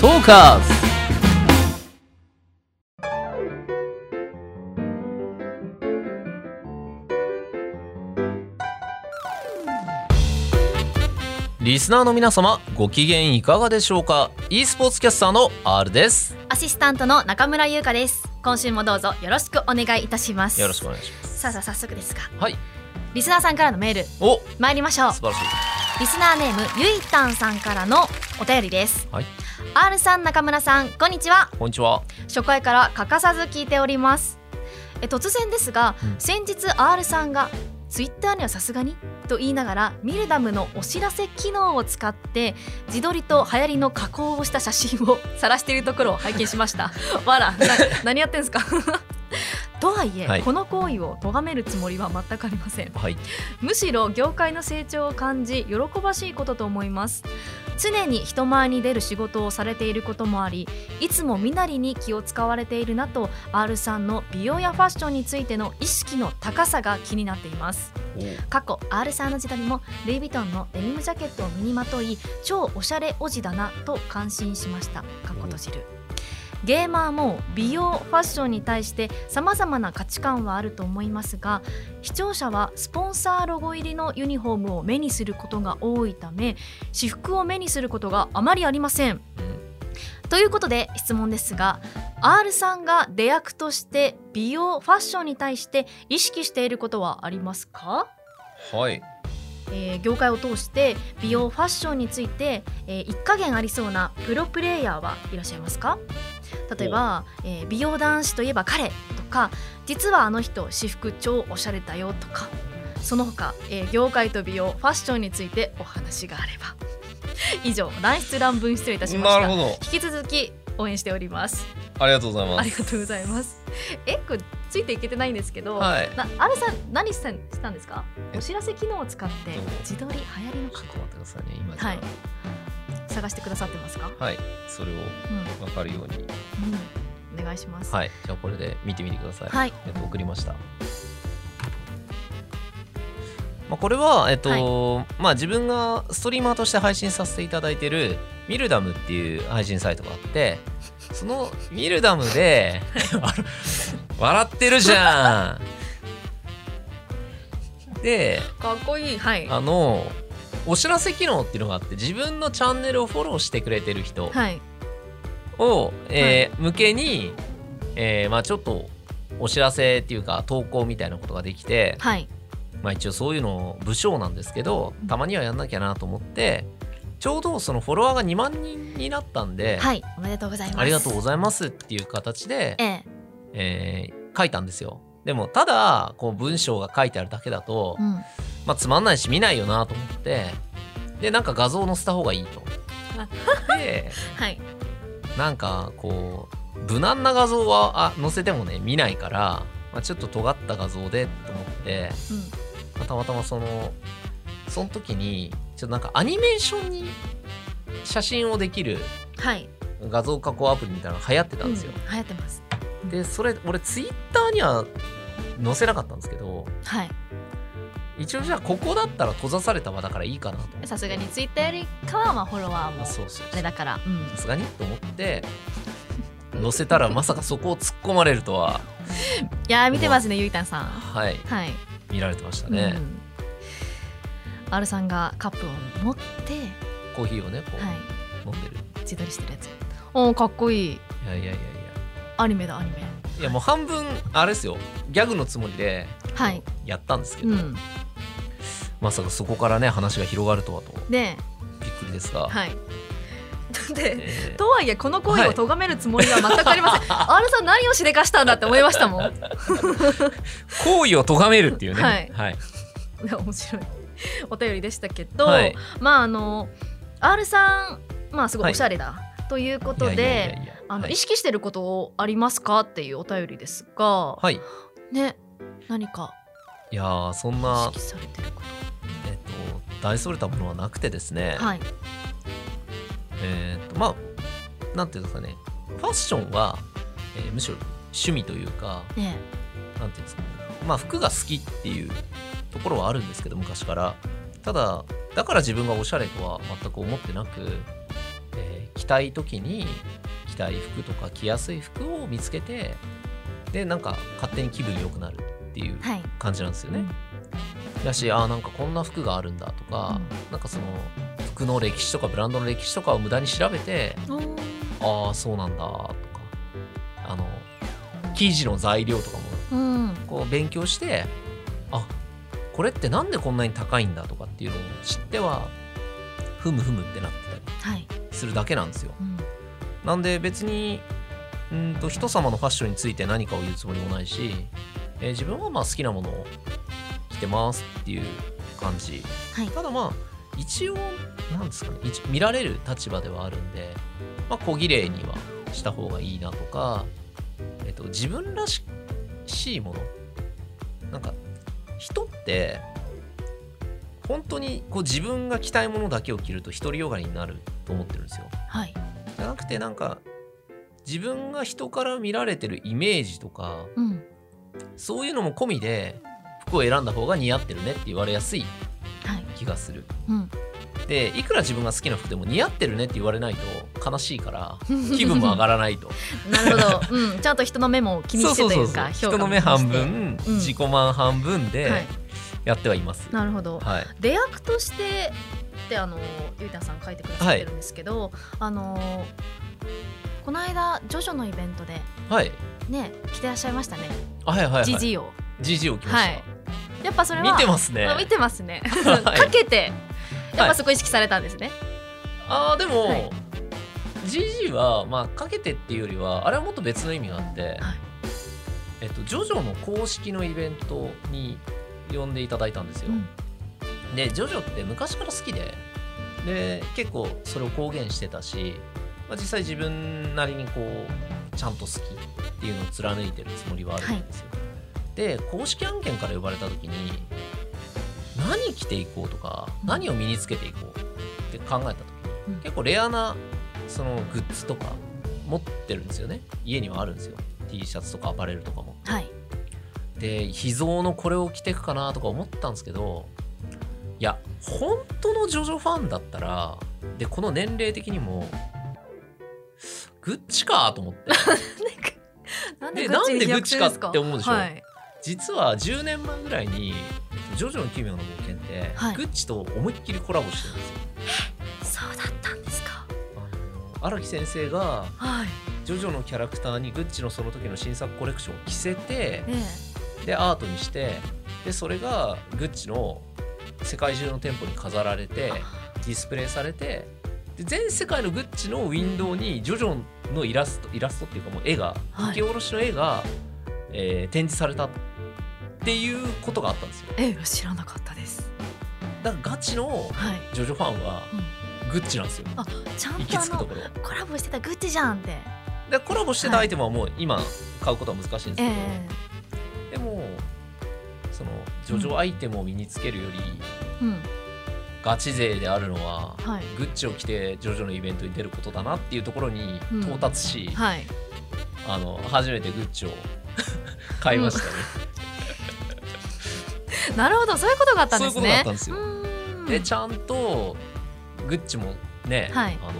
トーカーズリスナーの皆様ご機嫌いかがでしょうか e スポーツキャスターの R ですアシスタントの中村優香です。今週もどうぞよろしくお願いいたします。よろしくお願いしますさあさあ早速ですが、はいリスナーさんからのメールお参りましょう。素晴らしいリスナーネームゆいたんさんからのお便りです。はい R さん中村さんこんにちは。こんにちは初回から欠かさず聞いております。え突然ですが、うん先日 R さんがツイッターにはさすがにと言いながらミルダムのお知らせ機能を使って自撮りと流行りの加工をした写真を 晒しているところを拝見しました。 わらな何やってんすか とはいえ、はいこの行為を咎めるつもりは全くありませんはいむしろ業界の成長を感じ喜ばしいことと思います常に人前に出る仕事をされていることもありいつも身なりに気を使われているなと R さんの美容やファッションについての意識の高さが気になっていますお過去 R さんの時代もルイ・ヴィトンのデニムジャケットを身にまとい超おしゃれおじだなと感心しましたかっこ閉じるゲーマーも美容ファッションに対して様々な価値観はあると思いますが視聴者はスポンサーロゴ入りのユニフォームを目にすることが多いため私服を目にすることがあまりありませんうんということで質問ですが R さんが出役として美容ファッションに対して意識していることはありますかはいえー業界を通して美容ファッションについて、えー一加減ありそうなプロプレイヤーはいらっしゃいますか例えば、えー美容男子といえば彼とか実はあの人私服超おしゃれだよとかその他、えー業界と美容ファッションについてお話があれば以上乱出乱文失礼いたしましなるたほど引き続き応援しておりますありがとうございあまりすがとうございますえこれついていけてないんですけど、はいなあるさん何したんしたんですかえお知らせ機能を使ってどう自撮り流行りのちょ加っと工待ってくださいね今じゃはい探してくださってますかはいそれをうん、分かるようにうん、お願いしますい、はいじゃあこれで見てみてくださいはいえっと、送りました。まあ、これは、えっとまあ、自分がストリーマーとして配信させていただいてるミルダムっていう配信サイトがあってそのミルダム であの笑ってるじゃんでかっこいいはいあのお知らせ機能っていうのがあって自分のチャンネルをフォローしてくれてる人はいを、えー向けに、えーまあ、ちょっとお知らせっていうか投稿みたいなことができて、はいまあ、一応そういうの武将なんですけどうんたまにはやんなきゃなと思ってちょうどそのフォロワーが2万人になったんで、はいおめでとうございますありがとうございざいますっていう形でま、えええー書いたんですよ。でもただこう文章が書いてあるだけだと、うんまあ、つまんないし見ないよなと思ってでなんか画像を載せた方がいい と。ではいなんかこう無難な画像はあ載せてもね見ないから、まあ、ちょっと尖った画像でと思って、うんまあたまたまそのその時にちょっとなんかアニメーションに写真をできるはい画像加工アプリみたいなのが流行ってたんですよう、流行ってますでそれ俺ツイッターには載せなかったんですけどはい一応じゃあここだったら閉ざされた場だからいいかなと思ってさすがにツイッターよりかはまあフォロワーもそうそうあそれうだからうんさすがにと思って載せたらまさかそこを突っ込まれるとはいやー見てますねゆいたんさんはいはい見られてましたね、うん、R さんがカップを持って、コーヒーをねこう、はい、飲んでる自撮りしてるやつおーかっこいいいやいやいやいアニメだアニメやいやもう半分あれですよギャグのつもりではいやったんですけうど、んまさかそこからね話が広がるとはとでびっくりですが、はいでえーとはいえこの行為を咎めるつもりは全くありません、R さん何をしでかしたんだって思いましたもん行為を咎めるっていうねはいはい面白いお便りでしたけど、はいまああの R さんまあすごいおしゃれだ、ということいやいやいでやいやあの、はい意識してることをありますかっていうお便りですが、はいね何かいやーそん意な、識されてるこえっと大それたものはなくてですね、とはいえっとまあなんていうんですかねファッションは、えーむしろ趣味というかねなんていうんですかねまあ服が好きっていうところはあるんですけど昔からただだから自分がおしゃれとは全く思ってなくえー着たい時に着たい服とか着やすい服を見つけてでなんか勝手に気分良くなるっていうはい感じなんですよね。うんだしあーなんかこんな服があるんだとか、なんかその服の歴史とかブランドの歴史とかを無駄に調べておーああそうなんだとかあの生地の材料とかもうんこう勉強してあこれってなんでこんなに高いんだとかっていうのを知ってはふむふむってなってたりはい、するだけなんですよ。うんなんで別にうんと人様のファッションについて何かを言うつもりもないし、えー自分はまあ好きなものを着てますっていう感じ、はいただまあ一応なんですかね一見られる立場ではあるんで、まあ、小綺麗にはした方がいいなとか、えっと自分らししいものなんか人って本当にこう自分が着たいものだけを着ると独りよがりになると思ってるんですよ。はいじゃなくてなんか自分が人から見られてるイメージとかうんそういうのも込みで服を選んだ方が似合ってるねって言われやすいはい気がするうんでいくら自分が好きな服でも似合ってるねって言われないと悲しい から気分も上がらないと なるほど、うん、ちゃんと人の目も気にしてというかそ評うそうそうそう価人もの気目にして半分、うん自己満半分はでいやってはいます、なるほどはい、レアクとしてってあのゆいたんさん書いてくださってるんですけど、あのこの間ジョジョのイベントではいね着てらっしゃいましたね、あはいはいはいジジイをジジイを着まはしいやっぱそた、れは見てますねあ見てます ねはいかけてやっぱそこ意識されたんですね、あーでも、はい GG はまあかけてっていうよりはあれはもっと別の意味があって、はいえっと、ジョジョの公式のイベントに呼んでいただいたんですよ、うんでジョジョって昔から好きでで結構それを公言してたし、まあ、実際自分なりにこうちゃんと好きっていうのを貫いてるつもりはあるんですよ、で公式案件から呼ばれた時に何着ていこうとかうん何を身につけていこうって考えた時に、うん結構レアなそのグッズとか持ってるんですよね家にはあるんですよ T シャツとかアパレルとかもはいで秘蔵のこれを着てくかなとか思ったんですけどいや本当のジョジョファンだったらでこの年齢的にもグッチかと思 ってなんでに飛躍するですなんでグッチかって思うでしょはい実は10年前ぐらいに「えっとジョジョの奇妙な冒険」って、はいグッチと思いっきりコラボしてるんですよ。そうだったんですかあの荒木先生がはいジョジョのキャラクターにグッチのその時の新作コレクションを着せてねでアートにしてでそれがグッチの世界中の店舗に飾られてえディスプレイされてで全世界のグッチのウィンドウにジョジョのイラストイラストっていうかもう絵がはい書き下ろしの絵が、えー展示されたっていうことがあったんですよえ知らなかったですだからガチのはいジョジョファンはグッチなんですよ、あちゃん行きとあ着くとのころコラボしてたグッチじゃんってでコラボしてたアイテムはもう今買うことは難しいんですけえど、えでもそのジョジョアイテムを身につけるより、うんガチ勢であるのは、はいグッチを着てジョジョのイベントに出ることだなっていうところにうん到達し、はいあの初めてグッチを 買いましたね、なるほどそういうことがあったんそうでいうことだすっねたんですよ、うーんでちゃんとグッチもね、はいあの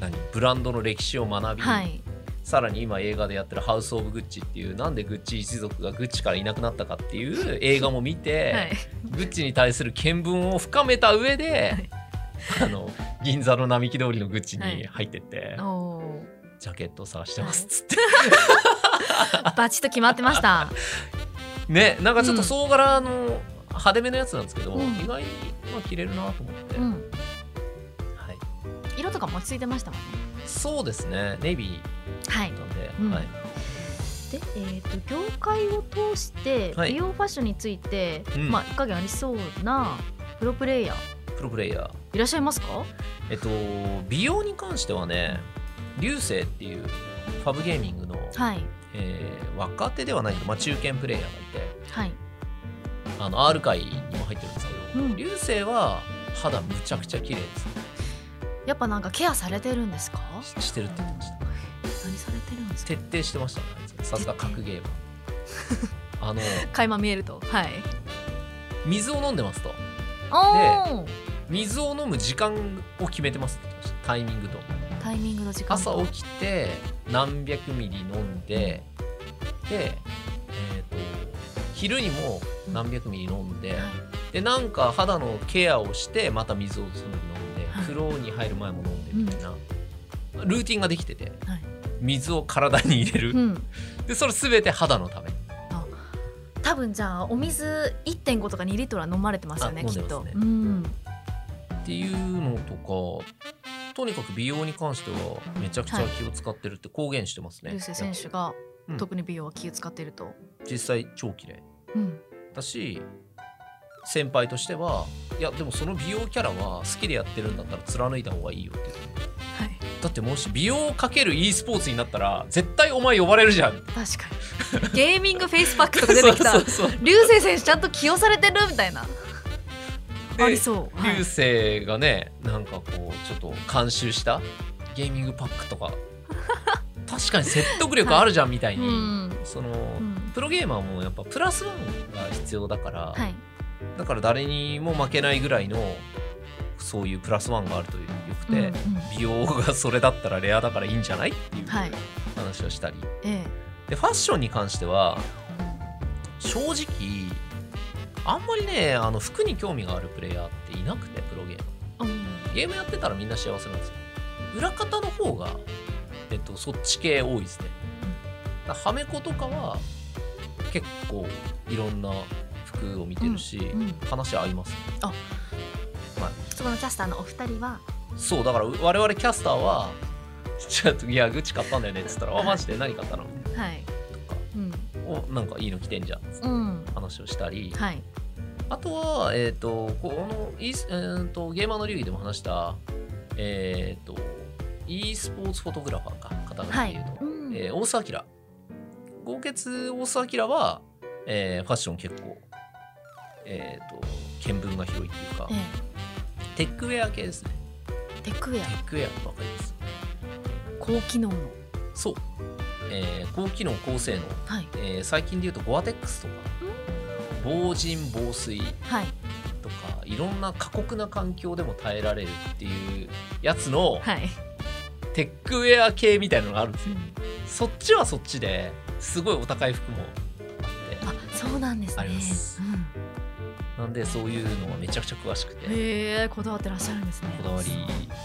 何ブランドの歴史を学び、はいさらに今映画でやってる「ハウス・オブ・グッチ」っていうなんでグッチ一族がグッチからいなくなったかっていう映画も見て、はいグッチに対する見聞を深めた上で、あの銀座の並木通りのグッチに入ってって、おージャケットを探してますっつって、バチッと決まって ましたねなんかちょっうとん総柄の派手めのやつなんですけど、うん意外にまあ着れるなと思って、うんはい、色とかも落ち着いてましたもんねそうですねネイビはーいなので、うんはい、で、えー、と業界を通してはい美容ファッションについて、うんまあ、いかげありそうなプロプレイヤープロプレイヤーいらっしゃいますかえっと美容に関してはね流星っていうファブゲーミングの、はいえー若手ではないけど、まあ、中堅プレイヤーがいてはいあの R 界にも入ってるんですけど、うん流星は肌むちゃくちゃ綺麗ですやっぱなんかケアされてるんですかししてるって言ってました何されてるんですか徹底してましたねあいつさすが格ゲーマ ーあの垣間見えるとはい水を飲んでますとおー水を飲む時間を決めてますって言ってましたタイミングとタイミングの時間朝起きて何百ミリ飲んででえっ、と昼にも何百ミリ飲んで、はいでなんか肌のケアをしてまた水をその時飲んで、はい風呂に入る前も飲んでみたいな、ルーティンができててはい水を体に入れる、うんでそれ全て肌のため多分じゃあお水1.5とか2リットルは飲まれてますよねあ飲んきでっますとねうんっていうのとかとにかく美容に関してはめちゃくちゃ気を使ってるって公言してますね、流星選手がうん特に美容は気を使っていると実際超綺麗うんだし先輩としてはいやでもその美容キャラは好きでやってるんだったら貫いた方がいいよって言ってはいだってもし美容かける e スポーツになったら絶対お前呼ばれるじゃん確かにゲーミングフェイスパックとか出てき たそうそうそう流星選手ちゃんと起用されてるみたいなでありそう、はい流星がねなんかこうちょっと監修したゲーミングパックと か確かに説得力あるじゃんみたいに、うんその、うんプロゲーマーもやっぱプラスワンが必要だから、はいだから誰にも負けないぐらいのそういうプラスワンがあるとよくて、うんうん美容がそれだったらレアだからいいんじゃないっていうはい話をしたり、ええでファッションに関しては正直あんまりねあの服に興味があるプレイヤーっていなくてプロゲームうんゲームやってたらみんな幸せなんですよ裏方の方が、えっと、そっち系多いですねだからはめ子とかは結構いろんな服を見てるし、うん話合いますそこのキャスターのお二人はそうだから我々キャスターは「ちょっといやグッチ買ったんだよね」っつったら「あマジで何買ったの?」はいとかうん「おなんかいいの着てんじゃん」つってうん話をしたり、はいあとは、えっ、と、この、e スえー、とゲーマーの流儀でも話した、えっ、と、e スポーツフォトグラファーか、方々はで言ういと、うんえー大須明。豪傑大須明は、えーファッション結構、えっ、と、見聞が広いっていうかえ、テックウェア系ですね。えテックウェテックウェアばかりです。ア高機能のそう。えー高機能、高性能。はいえー最近で言うと、ゴアテックスとか、防塵、防水。はいとかいろんな過酷な環境でも耐えられるっていうやつのはい、テックウェア系みたいなのがあるんですうよ、んそっちはそっちですごいお高い服もあってあそうなんですねありますうんなんでそういうのがめちゃくちゃ詳しくてへえこだわってらっしゃるんですねこだわり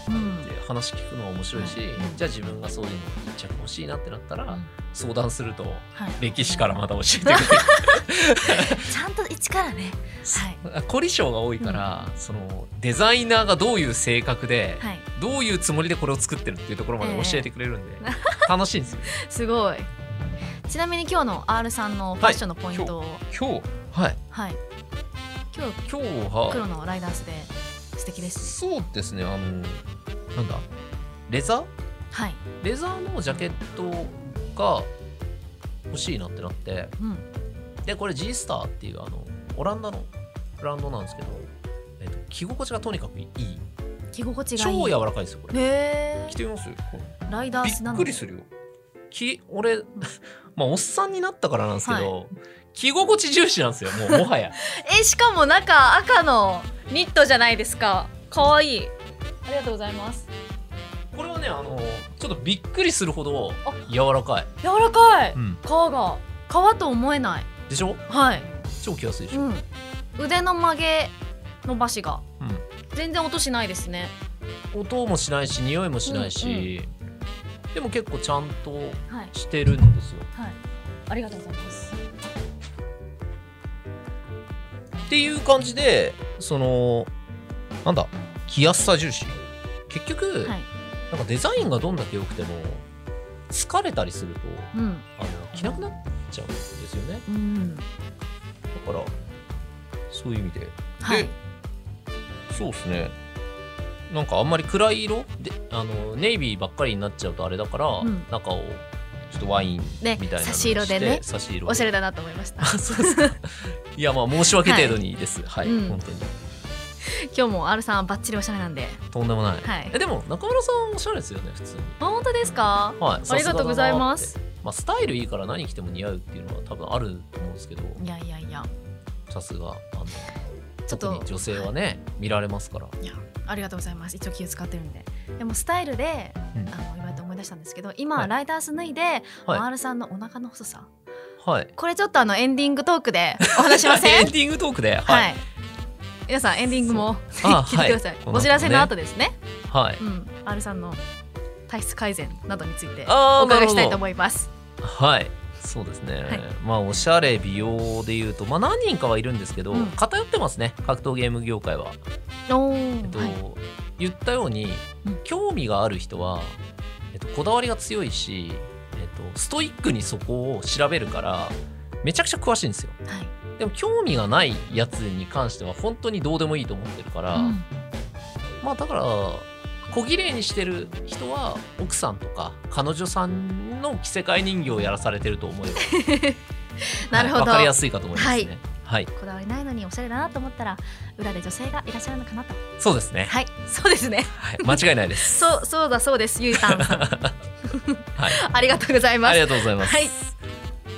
うんで話聞くのは面白いしうんじゃあ自分がそういうの一着欲しいなってなったうらん相談するとはい、歴史からまた教えてくれるちゃんと一からねはい凝り性が多いからそのデザイナーがどういう性格ではいどういうつもりでこれを作ってるっていうところまで教えてくれる んで、え楽しいんですよすごいちなみに今日の R さんのファッションのポイントをはい今日はい今日,、今日は黒のライダースで素敵ですそうですねあのなんだレザーはいレザーのジャケットが欲しいなってなってうんでこれ G スターっていうあのオランダのブランドなんですけど、えっと、着心地がとにかくいい着心地がいい超柔らかいですよこれへえ着てみますよこれライダーびスなっのくりするよき 俺まあおっさんになったからなんですけど、着心地重視なんですよもうもはやえしかも中赤のニットじゃないですか可愛いいありがとうございますこれはねあのちょっとびっくりするほどあ柔らかい、柔らかいん、皮が皮と思えないでしょはい超着やすいでしょ、うん、腕の曲げ伸ばしが、うん全然音しないですね音もしないし匂いもしないし、でも結構ちゃんとはいしてるんですよはいありがとうございますっていう感じでそのなんだ着やすさ重視結局、はいなんかデザインがどんだけ良くても疲れたりするとうんあの着なくなっちゃうんですよねうんだからそういう意味ではいでそうですねなんかあんまり暗い色であのネイビーばっかりになっちゃうとあれだから、うん中をちょっとワインみたいなねのに差し色でね して差し色でおしゃれだなと思い ましたあそうですかいやまあ申し訳程度にですはい、うん本当に今日も R さんはバッチリおしゃれなんでとんでもない、はいえでも中村さんおしゃれですよね普通にあ本当ですかはいあさりすがだなとうございまっすてまあスタイルいいから何着ても似合うっていうのは多分あると思うんですけどいやいやいやさすがあのちょっと特に女性はね、見られますからいやありがとうございます一応気を使ってるんででもスタイルで、うんあの言われて思い出したんですけど今、はいライダース脱いで、はい R さんのお腹の細さはいこれちょっとあのエンディングトークでお話しま せエんンディングトークで、はいい皆さんエンディングもあ 聞いてください、はいお知らせの後ですねはいうん、R さんの体質改善などについてあーお伺いしなるほたいどと思いますはいそうですね、はいまあおしゃれ美容でいうとまあ何人かはいるんですけど、うん偏ってますね格闘ゲーム業界は、おえっーとはい言ったように、うん興味がある人は、えっと、こだわりが強いし、えっと、ストイックにそこを調べるからめちゃくちゃ詳しいんですよはいでも興味がないやつに関しては本当にどうでもいいと思ってるから、 うんまあだから小綺麗にしてる人は奥さんとか彼女さんの着せ替え人形をやらされてると思えば なるほどはいわかりやすいかと思いますねはい、こだわりないのにおしゃれだなと思ったら裏で女性がいらっしゃるのかなとそうですね、はいそうですねはい、間違いないで すそうそうだそうですゆいたんさんはいありがとうございまありすがとうございます、はい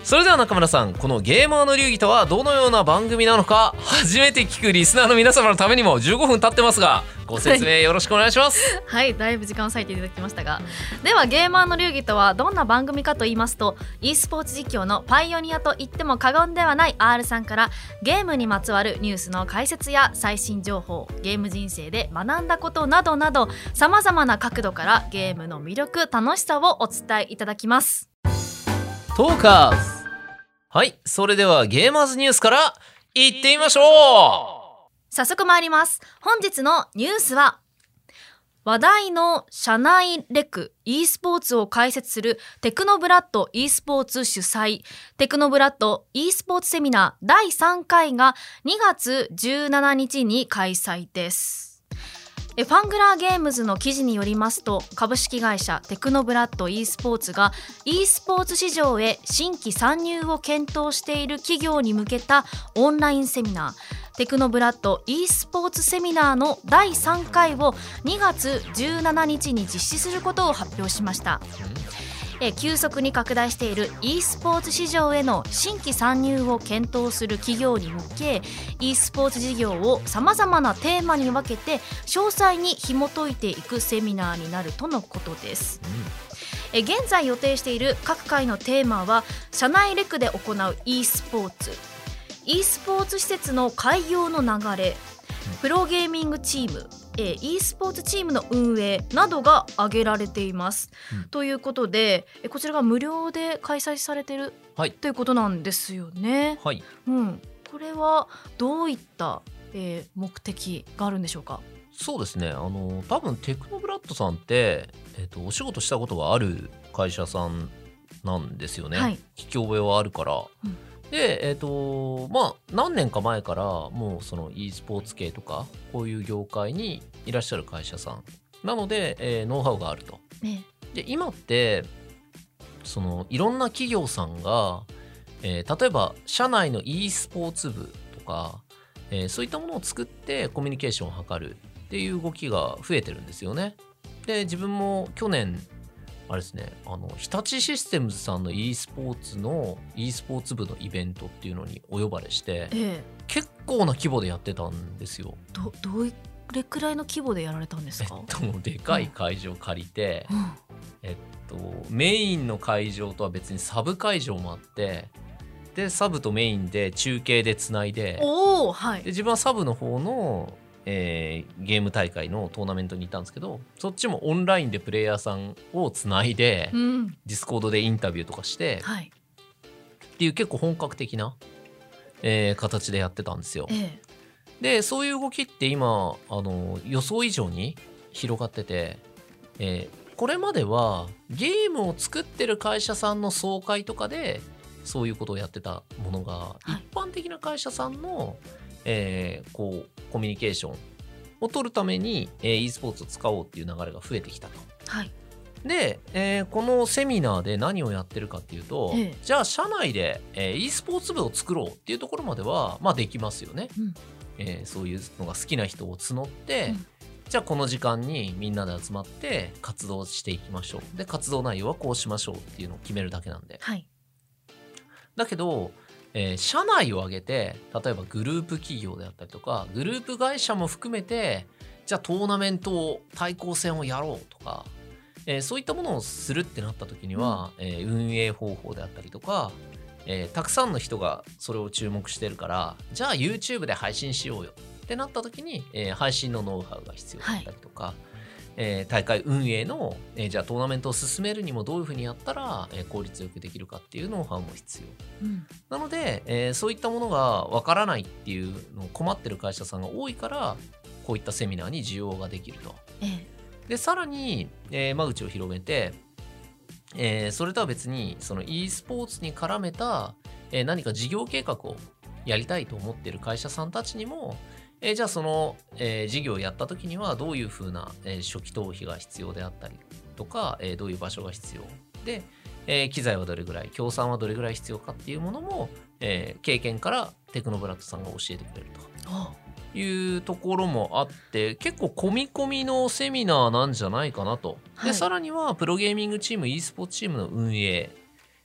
それでは中村さんこのゲーマーの流儀とはどのような番組なのか初めて聞くリスナーの皆様のためにも15分経ってますがご説明よろしくお願いします、はいだいぶ時間を割いていただきましたがではゲーマーの流儀とはどんな番組かと言いますと e スポーツ実況のパイオニアと言っても過言ではない R さんからゲームにまつわるニュースの解説や最新情報ゲーム人生で学んだことなどなどさまざまな角度からゲームの魅力楽しさをお伝えいただきますトーカーズはいそれではゲーマーズニュースから行ってみましょう早速参ります本日のニュースは話題の社内レク e スポーツを開設するテクノブラッド e スポーツ主催テクノブラッド e スポーツセミナー第3回が2月17日に開催です。えファングラーゲームズの記事によりますと株式会社テクノブラッド e スポーツが e スポーツ市場へ新規参入を検討している企業に向けたオンラインセミナーテクノブラッド e スポーツセミナーの第3回を2月17日に実施することを発表しました。えー急速に拡大している e スポーツ市場への新規参入を検討する企業に向け e スポーツ事業をさまざまなテーマに分けて詳細に紐解いていくセミナーになるとのことです。えー現在予定している各回のテーマは社内レクで行う e スポーツ e スポーツ施設の開業の流れプロゲーミングチームえー e スポーツチームの運営などが挙げられています。うんということでえこちらが無料で開催されてるはいということなんですよね。はいうん、これはどういった、えー目的があるんでしょうか。そうですねあの多分テクノブラッドさんって、えっとお仕事したことがある会社さんなんですよね、はい聞き覚えはあるから。うんでえっとまあ何年か前からもうその e スポーツ系とかこういう業界にいらっしゃる会社さんなので、えーノウハウがあると。ね、で今ってそのいろんな企業さんが、えー例えば社内の e スポーツ部とか、えーそういったものを作ってコミュニケーションを図るっていう動きが増えてるんですよね。で自分も去年あれですねあの日立システムズさんの e スポーツの e スポーツ部のイベントっていうのにお呼ばれしてえ結構な規模でやってたんですよ。ー、どどういどれくらいの規模でやられたんですえっか。とでかい会場借りて、うんえっとメインの会場とは別にサブ会場もあってでサブとメインで中継でつないでおお、はでい。自分はサブの方の、えーゲーム大会のトーナメントにいたんですけどそっちもオンラインでプレイヤーさんをつないでうん、ディスコードでインタビューとかしてはい。っていう結構本格的な、えー形でやってたんですよえ。えでそういう動きって今あの予想以上に広がってて、えーこれまではゲームを作ってる会社さんの総会とかでそういうことをやってたものが、い一般的な会社さんの、えーこうコミュニケーションを取るために、えー e スポーツを使おうっていう流れが増えてきたと。はい。で、えーこのセミナーで何をやってるかっていうと、ええじゃあ社内で、えー e スポーツ部を作ろうっていうところまでは、まあ、できますよね、うんえーそういうのが好きな人を募って、うんじゃあこの時間にみんなで集まって活動していきましょうで活動内容はこうしましょうっていうのを決めるだけなんではい。だけど、えー社内を挙げて例えばグループ企業であったりとかグループ会社も含めてじゃあトーナメントを対抗戦をやろうとか、えーそういったものをするってなった時には、えー運営方法であったりとか、えーたくさんの人がそれを注目してるからじゃあ YouTube で配信しようよってなった時に、えー配信のノウハウが必要だったりとか。えー大会運営の、えーじゃあトーナメントを進めるにもどういうふうにやったら、えー効率よくできるかっていうノウハウも必要うんなので、えーそういったものがわからないっていうのを困ってる会社さんが多いからこういったセミナーに需要ができると。ええでさらに、えー間口を広めて、えーそれとは別にその e スポーツに絡めた、えー何か事業計画をやりたいと思ってる会社さんたちにも、えーじゃあその、えー事業をやった時にはどういうふうな、えー初期投費が必要であったりとか、えーどういう場所が必要で、えー機材はどれぐらい協賛はどれぐらい必要かっていうものも、えー経験からテクノブラッドさんが教えてくれると。おいうところもあって結構込み込みのセミナーなんじゃないかなと、はいでさらにはプロゲーミングチーム e スポーツチームの運営、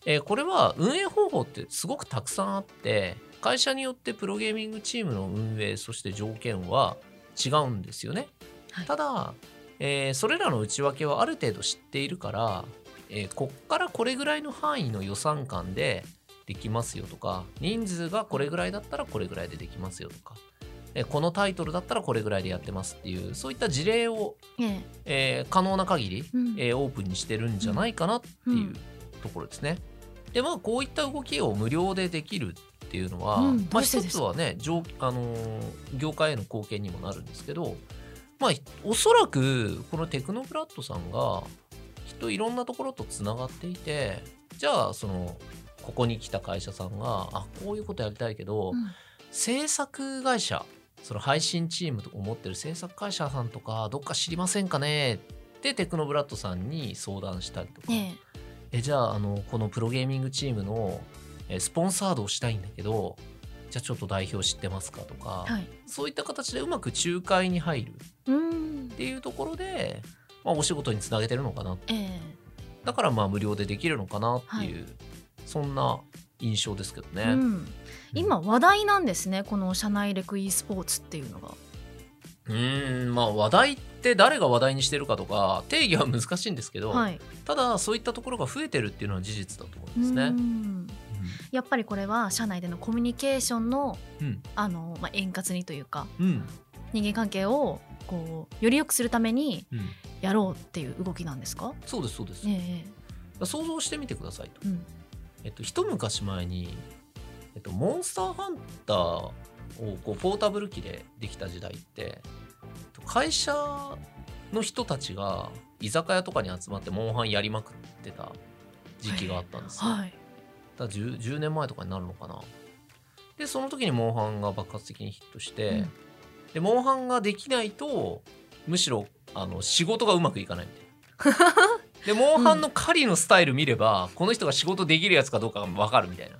えーこれは運営方法ってすごくたくさんあって会社によってプロゲーミングチームの運営そして条件は違うんですよね、はいただ、えーそれらの内訳はある程度知っているから、えーこっからこれぐらいの範囲の予算感でできますよとか人数がこれぐらいだったらこれぐらいでできますよとかえーこのタイトルだったらこれぐらいでやってますっていうそういった事例を、えええー可能な限り、うんえーオープンにしてるんじゃないかなってういうんところですね。でまあこういった動きを無料でできるっていうのは、うんまどあうして一ですつかはね上あのー業界への貢献にもなるんですけど、まあ、おそらくこのテクノブラッドさんがきっといろんなところとつながっていてじゃあそのここに来た会社さんがあこういうことやりたいけど、うん制作会社その配信チームと思ってる制作会社さんとかどっか知りませんかねってテクノブラッドさんに相談したりとか、えええじゃああのこのプロゲーミングチームのえスポンサードをしたいんだけどじゃあちょっと代表知ってますかとか、はいそういった形でうまく仲介に入るっうんていうところで、まあ、お仕事につなげてるのかなええだからまあ無料でできるのかなっていう、そんな印象ですけどね。うん、今話題なんですねこの社内レク e スポーツっていうのが。うーんまあ話題って誰が話題にしてるかとか定義は難しいんですけど、はい、ただそういったところが増えてるっていうのは事実だと思うんですうね。んやっぱりこれは社内でのコミュニケーションのうんあの、まあ、円滑にというかうん人間関係をこうより良くするためにうん、やろうっていう動きなんですか、そうですそうです、え想像してみてくださいとえ、うんえっと、一昔前に、えっと、モンスターハンターをこうポータブル機でできた時代ってえっと会社の人たちが居酒屋とかに集まってモンハンやりまくってた時期があったんですよ。はいだ 10, 10年前とかになるのかなでその時にモンハンが爆発的にヒットして、うんでモンハンができないとむしろあの仕事がうまくいかないみたいな。 でモンハンの狩りのスタイル見れば、この人が仕事できるやつかどうかが分かるみたい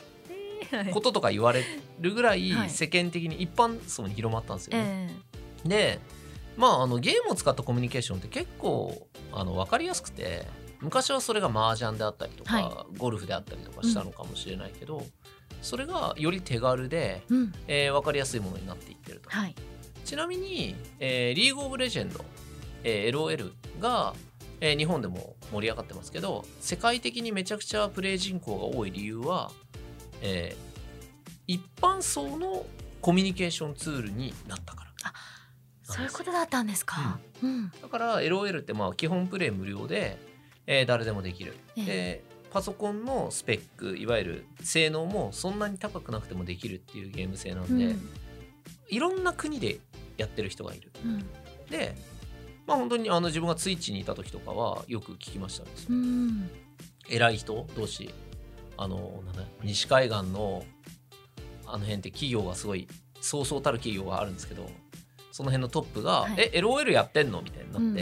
なはいこととか言われるぐらいはい世間的に一般層に広まったんですよね。えでまああのゲームを使ったコミュニケーションって結構あの分かりやすくて昔はそれが麻雀であったりとか、はゴルフであったりとかしたのかもしれないけど、それがより手軽で、えうんえー分かりやすいものになっていってると。はいちなみに、えーリーグオブレジェンド、えー LOL が、えー日本でも盛り上がってますけど世界的にめちゃくちゃプレイ人口が多い理由は、えー一般層のコミュニケーションツールになったから。そういうことだったんですか、うんだから LOL ってまあ基本プレイ無料で、えー誰でもできる。ええでパソコンのスペックいわゆる性能もそんなに高くなくてもできるっていうゲーム性なんで、うんいろんな国でやってる人がいる。うんでまあ本当にあの自分がツイッチにいた時とかはよく聞きましたねうん偉い人同士あのなんだ西海岸のあの辺って企業がすごいそうそうたる企業があるんですけどその辺のトップが「はいえ LOL やってんの?」みたいになって、うん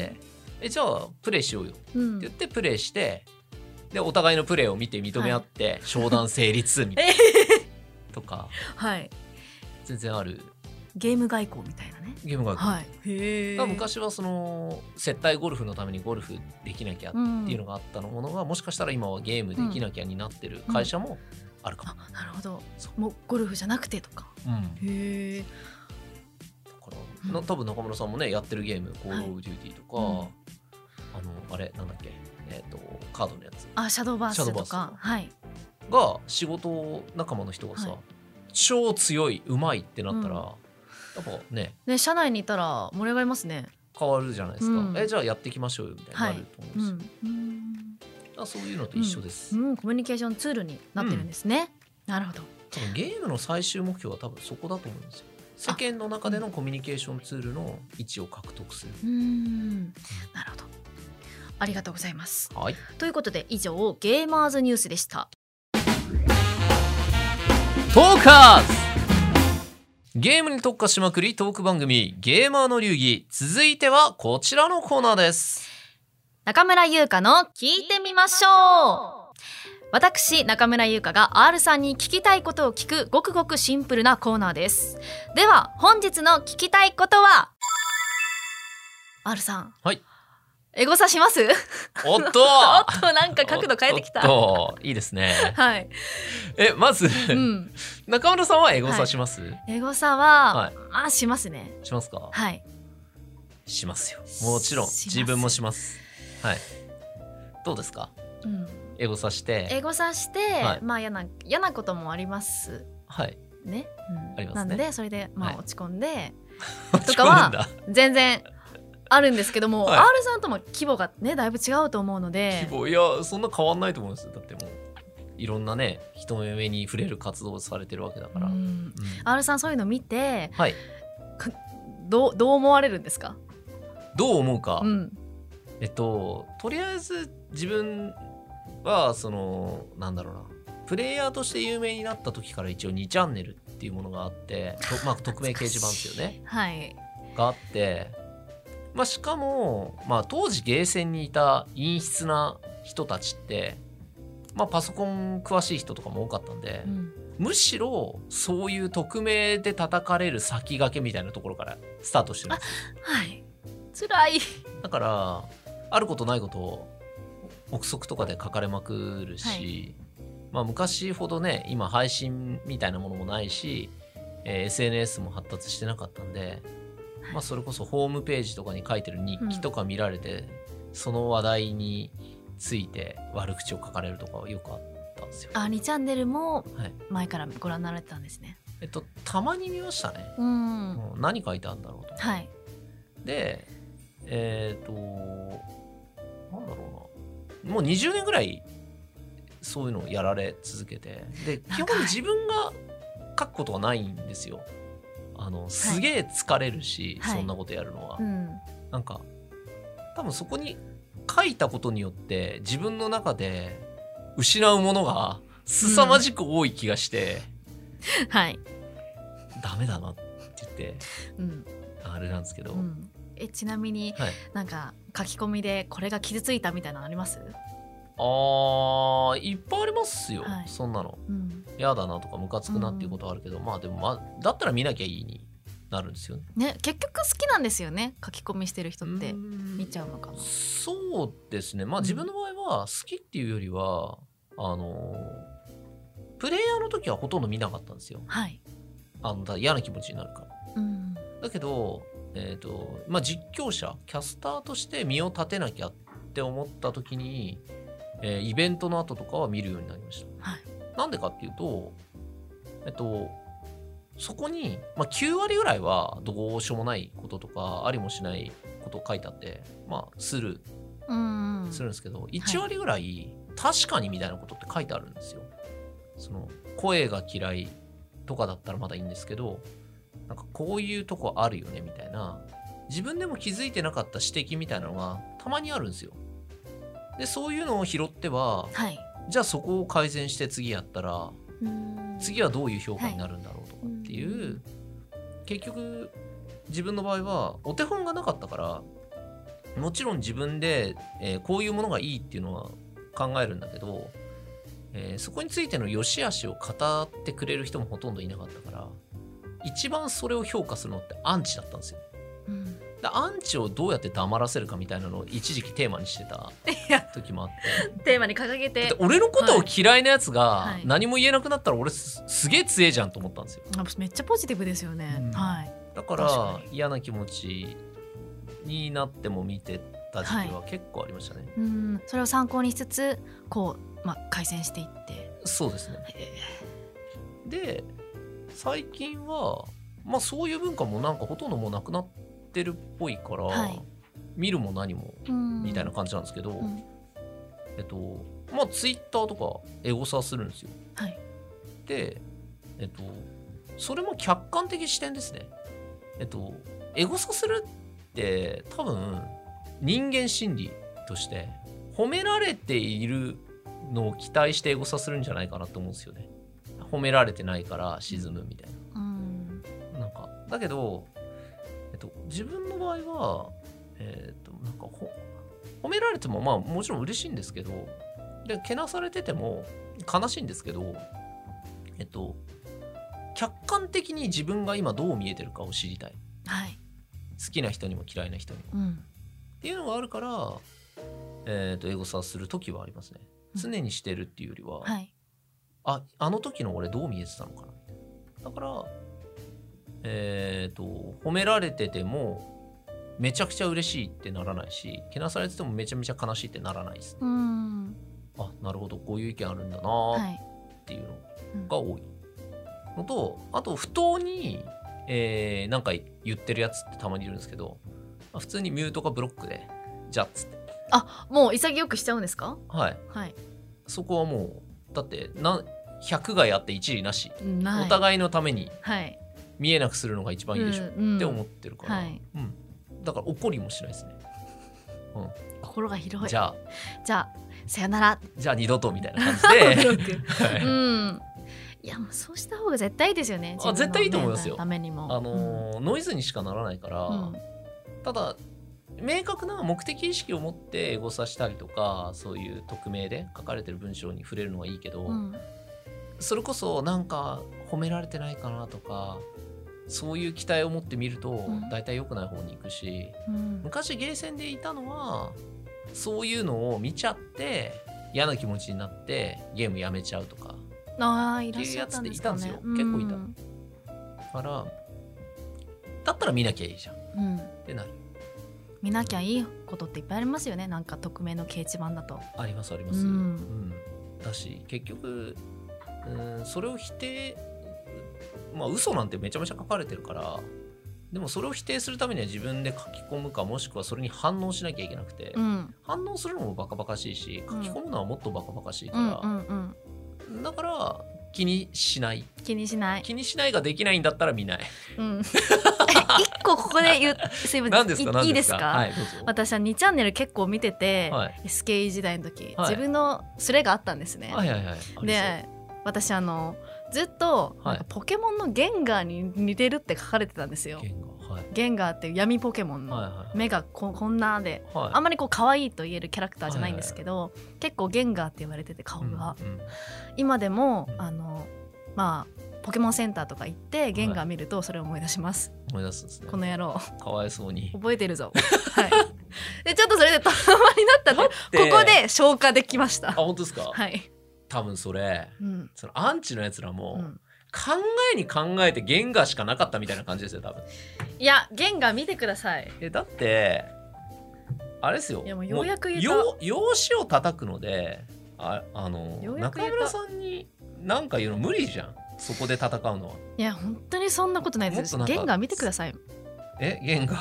え「じゃあプレイしようよ」ってうん言ってプレイしてでお互いのプレイを見て認め合って、商談成立みたいなとかはい全然あるゲーム外交みたいなねゲームがあるはいへえだから昔はその接待ゴルフのためにゴルフできなきゃっていうのがあったのものがもしかしたら今はゲームできなきゃになってる会社もあるかあも、なるほどそもうゴルフじゃなくてとかうん、へえだからの多分中村さんもねやってるゲーム「コール・オブ・デューティー」とか、はあのあれなんだっけえっ、とカードのやつあシャドーバースシャドとーかバースとかはいが仕事仲間の人がさ、はい超強いうまいってなったら、うんやっぱねね社内にいたら盛り上がりますね変わるじゃないですか、うんえじゃあやっていきましょうよみたいになると思うんうですよ、んうんだからそういうのと一緒です、うんコミュニケーションツールになってるんですねなるほど多分ゲームの最終目標は多分そこだと思うんですよ世間の中でのコミュニケーションツールの位置を獲得するうーんなるほどありがとうございますはいということで以上ゲーマーズニュースでしたトーカーズゲームに特化しまくりトーク番組ゲーマーの流儀続いてはこちらのコーナーです中村優香の聞いてみましょう私中村優香が R さんに聞きたいことを聞くごくごくシンプルなコーナーですでは本日の聞きたいことは R さんはいエゴサしますおっと おっとなんか角度変えてきたおっといいですねはい、 えまず、うん、中村さんはエゴサします、エゴサは、はいあしますねしますかはいしますよもちろんします自分もしますはいどうですかうん、エゴサしてエゴサして、はいまあ嫌な嫌なこともありますはいね、うんありますねなんでそれでまはあい落ち込んで、落とちか込はむんだ全然あるんですけども、はい R さんとも規模がねだいぶ違うと思うので規模 いやそんな変わんないと思いますよだってもういろんなね人の目に触れる活動をされてるわけだから、ううんん R さんそういうの見てはいどうどう思われるんですか、どう思うか、うんえっととりあえず自分はそのなんだろうなプレイヤーとして有名になった時から一応2チャンネルっていうものがあってとまあ、匿名掲示板ですよねはい、があって、まあ、しかも、まあ、当時ゲーセンにいた陰湿な人たちって、まあ、パソコン詳しい人とかも多かったんで、うんむしろそういう匿名で叩かれる先駆けみたいなところからスタートしてるんですはい辛い、だからあることないことを憶測とかで書かれまくるし、はいまあ、昔ほどね今配信みたいなものもないし、えー SNS も発達してなかったんで、まあ、それこそホームページとかに書いてる日記とか見られて、その話題について悪口を書かれるとかはよくあったんですよ。あ2チャンネルもはい前からご覧になられてたんですねえっと、たまに見ましたね。うん、もう何書いてあるんだろうと。はいでえっ、となんだろうなもう20年ぐらいそういうのをやられ続けてで基長い本自分が書くことはないんですよあのすげえ疲れるし、はいそんなことやるのは、うんなんか多分そこに書いたことによって自分の中で失うものが凄まじく多い気がして、はい、ダメだなって言ってうんあれなんですけど、うん、えちなみにはいなんか書き込みでこれが傷ついたみたいなのあります、あーいっぱいありますよ、はいそんなのうん、嫌だなとかムカつくなっていうことはあるけど、まあでも、まあ、だったら見なきゃいいになるんですよねね結局好きなんですよね書き込みしてる人って見ちゃゃうのかなそうですねまあうん自分の場合は好きっていうよりは、あのプレイヤーの時はほとんど見なかったんですよはい、あのだ嫌な気持ちになるからうん、だけど、えーとまあ、実況者キャスターとして身を立てなきゃって思った時に、えーイベントの後とかは見るようになりました、はいなんでかっていうとえっとそこに、まあ、9割ぐらいはどうしようもないこととかありもしないことを書いてあってまあスルうんうんーするんですけど、1割ぐらい確かにみたいなことって書いてあるんですよ。その声が嫌いとかだったらまだいいんですけどなんかこういうとこあるよねみたいな自分でも気づいてなかった指摘みたいなのがたまにあるんですよ。でそういうのを拾ってははいじゃあそこを改善して次やったら次はどういう評価になるんだろうとかっていう、はいうん結局自分の場合はお手本がなかったからもちろん自分で、えーこういうものがいいっていうのは考えるんだけど、えーそこについての良し悪しを語ってくれる人もほとんどいなかったから一番それを評価するのってアンチだったんですようんだアンチをどうやって黙らせるかみたいなのを一時期テーマにして たいや時もあってテーマに掲げだてって俺のことを嫌いなやつはがい何も言えなくなったら俺すすげえ強えじゃんと思ったんですよあめっちゃポジティブですよね、うんはいだか確らか嫌な気持ちになっても見てた時期は結構ありましたね、うんそれを参考にしつつこう、まあ、改善していってそうですねで最近はまあそういう文化もなんかほとんどもうなくなってるっぽいから、はい見るも何もみみたいな感じなんですけど、んえっとまあツイッターとかエゴサするんですよはいでえっとそれも客観的視点ですねえっとエゴサするって多分人間心理として褒められているのを期待してエゴサするんじゃないかなと思うんですよね褒められてないから沈むみたいなうんなんかだけど、えっと、自分の場合は、えっとなんかほ褒められてもまあもちろん嬉しいんですけどでけなされてても悲しいんですけどえっと客観的に自分が今どう見えてるかを知りたいはい好きな人にも嫌いな人にもうんっていうのがあるから、えっとエゴサする時はありますねうん常にしてるっていうよりは、はいああの時の俺どう見えてたのかなみたいなだからえっ、と褒められててもめちゃくちゃ嬉しいってならないしけなされててもめちゃめちゃ悲しいってならないですうんあなるほどこういう意見あるんだなはーっいていうのが多いのとあと不当に、えーなんか言ってるやつってたまにいるんですけどまあ普通にミュートかブロックでじゃっつってもう潔くしちゃうんですかはいはいそこはもうだってな100がやって一理なしなおい互いのためにはい見えなくするのが一番いいでしょうんうんって思ってるから、はうんいだから怒りもしないですね、心が広いじゃあじゃあさよならじゃあ二度とみたいな感 じで、ではいうんいやもうそうした方が絶対いいですよねあ絶対いいと思いますよ自分の面のためにもあのーノイズにしかならないから、うんただ明確な目的意識を持ってエゴサしたりとかそういう匿名で書かれてる文章に触れるのはいいけど、うんうんそれこそなんか褒められてないかなとかそういう期待を持って見るとん大体良くない方に行くし、うん昔ゲーセンでいたのはそういうのを見ちゃって嫌な気持ちになってゲームやめちゃうとかああいらっしゃったんですかっていねうやつっていたんですようんだからだったら見なきゃいいじゃんっうんてなる見なきゃいいことっていっぱいありますよねなんか匿名の掲示板だとありますあります、ううんんだし結局うんそれを否定まあ嘘なんてめちゃめちゃ書かれてるからでもそれを否定するためには自分で書き込むかもしくはそれに反応しなきゃいけなくて、うん反応するのもバカバカしいし書き込むのはもっとバカバカしいかうんら、うんうんだから気にしない気にしない気にしないができないんだったら見ないうん 一個ここで言うすいません何ですかいい何いでですすかか、はいどうぞ私は2チャンネル結構見てて、はい SKE 時代の時、はい自分のスレがあったんですね、はいはいはいありそうで私あのずっとはいなんかポケモンのゲンガーに似てるって書かれてたんですよ、言語はいゲンガーっていう闇ポケモンはいのはい目がここんなではいあんまりこう可愛いと言えるキャラクターじゃないんですけど、結構ゲンガーって言われてて顔が、うんうん今でも、うんあのまあポケモンセンターとか行ってゲンガー見るとそれを思い出します、思い出すんですねこの 野郎かわいそうに覚えてる ぞはいでちょっとそれでトラウマになったんでここで消化できましたあ本当ですか、はい、多分それうんそのアンチのやつらも、うん、考えに考えて言語しかなかったみたいな感じですよ多分いやゲンガー見てくださいえだってあれですよいやもうようやく言えたもうよう用紙を叩くのでああのようや中く言えた村さんに何か言うの無理じゃんそこで戦うのはいや本当にそんなことないですもっとゲなんかンガー見てくださいえゲン ガ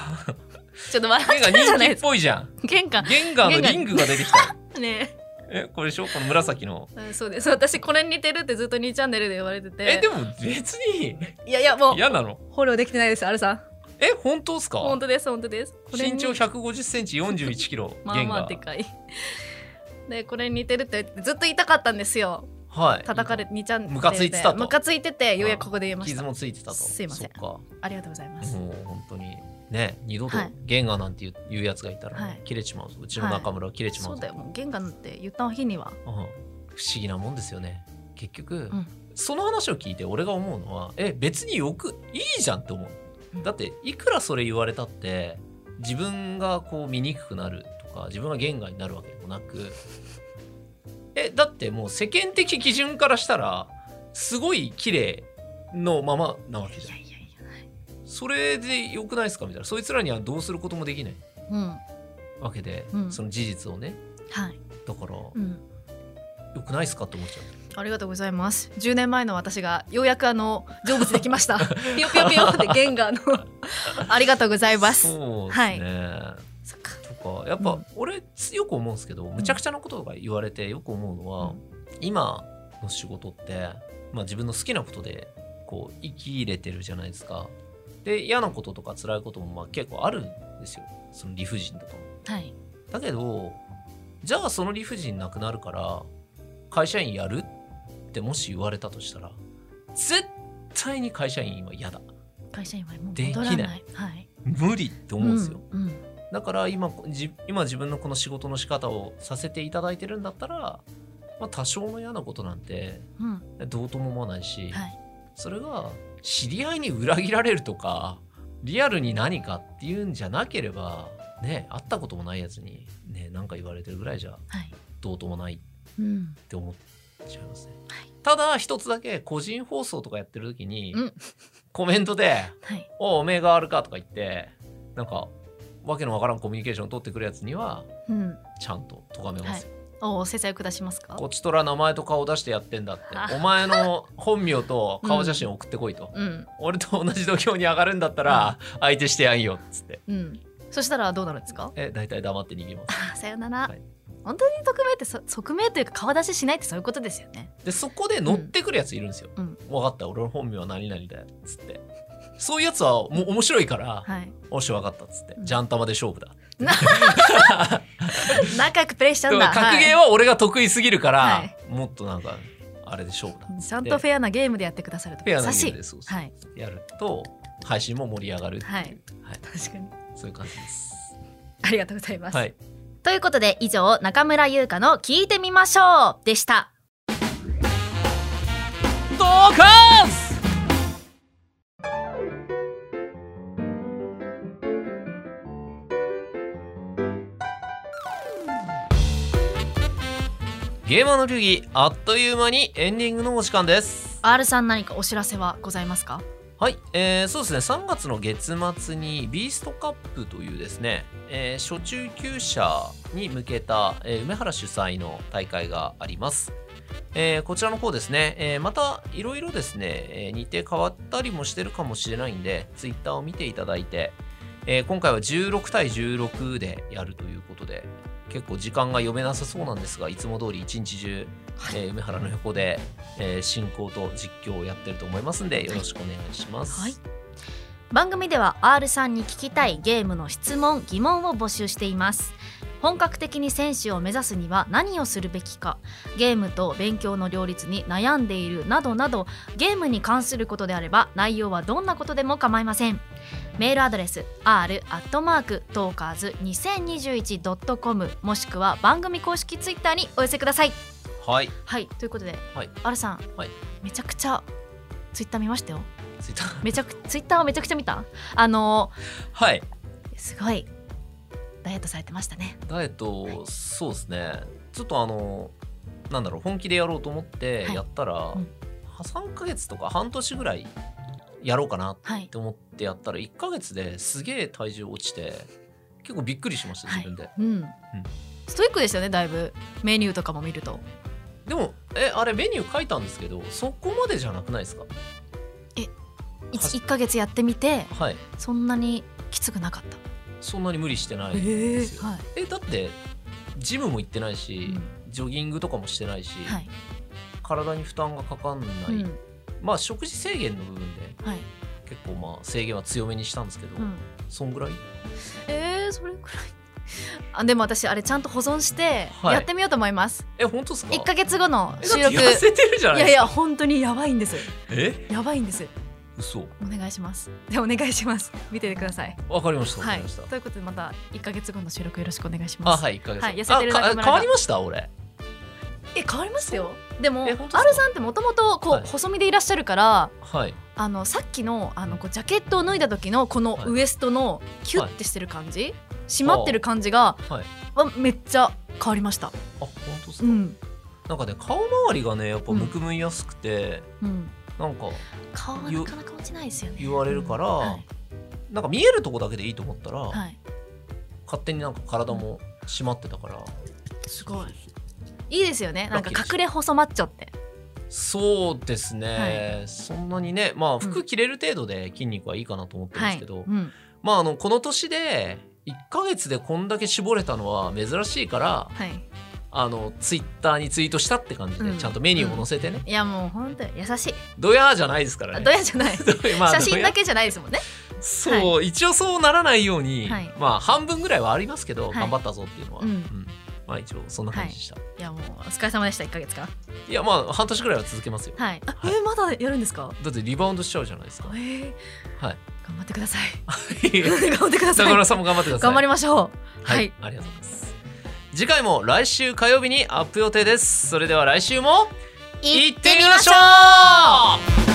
ちょっと笑ゲっンちゃガうじゃ人な気いでっすぽいじゃんかゲンガゲンガーのリングが出てきたーねえこれでしょこの紫のうんそうです私これに似てるってずっと2チャンネルで言われててえでも別にいやいやもう嫌なのフォローできてないですアルさんえ本当ですか本当です本当ですこれに身長1 5 0センチ4 1キロ まあゲンまあガでーかいでこれに似てるってずっと言いたかったんですよはい叩かれ2チャンネルでムカついてたとムカついててようやくここで言えまし傷たもついてたとすいませんそっかありがとうございますもう本当にね二度とはいゲンガーなんていう,、いうやつがいたら、はい切れちまうぞうちの中村は切れちまそううぞ、だよもう玄関なんて言った日にはうん不思議なもんですよね結局、んその話を聞いて俺が思うのはえ別によくいいじゃんって思う、うんだっていくらそれ言われたって自分がこう見にくくなるとか自分が言外になるわけでもなくえだってもう世間的基準からしたらすごい綺麗のままなわけじゃんいやいそれでよくないですかみたいなそいつらにはどうすることもできないやうんはわけで、うんその事実をねい、だから、うん、よくないですかって思っちゃうありがとうございます10年前の私がようやくあの成仏できました ピヨピヨピヨってゲンガーのありがとうございますそうですね、そっかとかやっぱ、うん俺よく思うんですけどむちゃくちゃなこととか言われてよく思うのは、うん今の仕事って、まあ、自分の好きなことでこう生き入れてるじゃないですかで嫌なこととか辛いこともまあ結構あるんですよその理不尽とかもはいだけどじゃあその理不尽なくなるから会社員やるってもし言われたとしたら絶対に会社員は嫌だ会社員はもうでき戻ないらないはい無理って思うんですよ、うんうんだから今じ今自分のこの仕事の仕方をさせていただいてるんだったら、まあ、多少の嫌なことなんてうんどうとも思わないし、はいそれが知り合いに裏切られるとかリアルに何かっていうんじゃなければね会ったこともないやつにね何か言われてるぐらいじゃはいどうともないっうんて思っちゃいますね。はいただ一つだけ個人放送とかやってる時に、うんコメントではい「おおめえがあるか」とか言ってなんかわけのわからんコミュニケーション取ってくるやつにはうんちゃんと咎めますよ、おお制裁を下しますかこっちとら名前と顔出してやってんだってあお前の本名と顔写真送ってこい と、うん俺と同じ土俵に上がるんだったら相手してやんよっつってうんそしたらどうなるんですかえ大体黙って逃げますあさよなら、はい本当に匿名ってそ匿名というか顔出ししないってそういうことですよねでそこで乗ってくるやついるんですよ、うん分かった俺の本名は何々だよっつってそういうやつはもう面白いからはい「おし分かった」っつって「うんジャン玉で勝負だ」仲良くプレイしちゃでうんもだ格ゲーは俺が得意すぎるから、はいもっとなんかあれで勝負だっつはっい、てちゃんとフェアなゲームでやってくださるとペアの優ゲしームいでそうそうはいやると配信も盛り上がるっていう、はいはい、確かにそういう感じです。ありがとうございます、はい。ということで以上中村優香の聞いてみましょうでしたドカンスゲーマーの流儀あっという間にエンディングのお時間です。 R さん何かお知らせはございますかはい、えー、そうですね3月の月末にビーストカップというですね、えー初中級者に向けた、えー梅原主催の大会があります、えーこちらの方ですね、えーまたいろいろですね、えー日程変わったりもしてるかもしれないんでツイッターを見ていただいて、えー今回は16対16でやるということで結構時間が読めなさそうなんですがいつも通り一日中、えー梅原の横で、えー進行と実況をやってると思いますんでよろしくお願いします、はい番組では R さんに聞きたいゲームの質問疑問を募集しています本格的に選手を目指すには何をするべきかゲームと勉強の両立に悩んでいるなどなどゲームに関することであれば内容はどんなことでも構いませんメールアドレス r アットマークトーカーズ 2021.com もしくは番組公式ツイッターにお寄せくださいはい。はいということで、はい、 R さん、はいめちゃくちゃツイッター見ましたよツイッター。めちゃくツイッターをめちゃくちゃ見たあのはい。すごいダイエットされてましたねダイエット、そうですね。ちょっとあの、なんだろう、本気でやろうと思ってはいやったら、うん3ヶ月とか半年ぐらいやろうかなっはいて思ってやったら、1ヶ月ですげえ体重落ちて、結構びっくりしました、自分で。うん、ストイックでしたよねだいぶメニューとかも見るとでも、え、あれメニュー書いたんですけど、そこまでじゃなくないですかは 1, 一ヶ月やってみてはい。そんなにきつくなかったそんなに無理してない。えですよはい、え、だって、ジムも行ってないし、ジョギングとかもしてないし、はい体に負担がかかんない、うんまあ食事制限の部分ではい結構まあ制限は強めにしたんですけど、うん、そんぐらいえー、それくらい あでも私あれちゃんと保存してはいやってみようと思います、え本当ですか一1か月後の収え録だって痩せてるじゃないいやいですや本当にやばいんですかえやばいんです嘘お願いしますでお願いします見ててくださいわかりましたわかはいりました、ということでまた1か月後の収録よろしくお願いしまあすはい1ヶ月、はい痩せてるあか中村が変わりました俺え変わりますよでもえ R 本当ですかさんってもともとこう、はい細身でいらっしゃるからはいあのさっきのあのこうジャケットを脱いだ時のこのはいウエストのキュッてしてる感じ、締まってる感じが、はいあめっちゃ変わりました。あ本当ですうか、んなんかね顔周りがねやっぱむくむやすくて、うん、なんか顔はなかなか落ちないですよね。言われるから、はいなんか見えるとこだけでいいと思ったら、はい、勝手になんか体も締まってたから、すごいいいですよねなんかラッキーです隠れ細マッチョってそうですね、そんなにねまあ服着れる程度で筋肉はいいかなと思ってるんではすい、けど、うん、まああのこの年で1ヶ月でこんだけ絞れたのは珍しいからはい、あのツイッターにツイートしたって感じで、うんちゃんとメニューも載せてね、いやもう本当に優しい、ドヤーじゃないですからあねどうやじゃない まあ写真だドヤけじゃないですもんねそう、一応そうならないように、はいまあ半分ぐらいはありますけど、はい頑張ったぞっていうのは、うんうんまあ一応そんな感じでした、いやもうお疲れ様でした1ヶ月間い、やまあ半年ぐらいは続けますよはいあはいえーまだやるんですかだってリバウンドしちゃうじゃないです かえーはい頑張ってください中 頑張ってください村さんも頑張ってください頑張りましょうはい、はい、ありがとうございます次回も来週火曜日にアップ予定ですそれでは来週もい行ってみましょう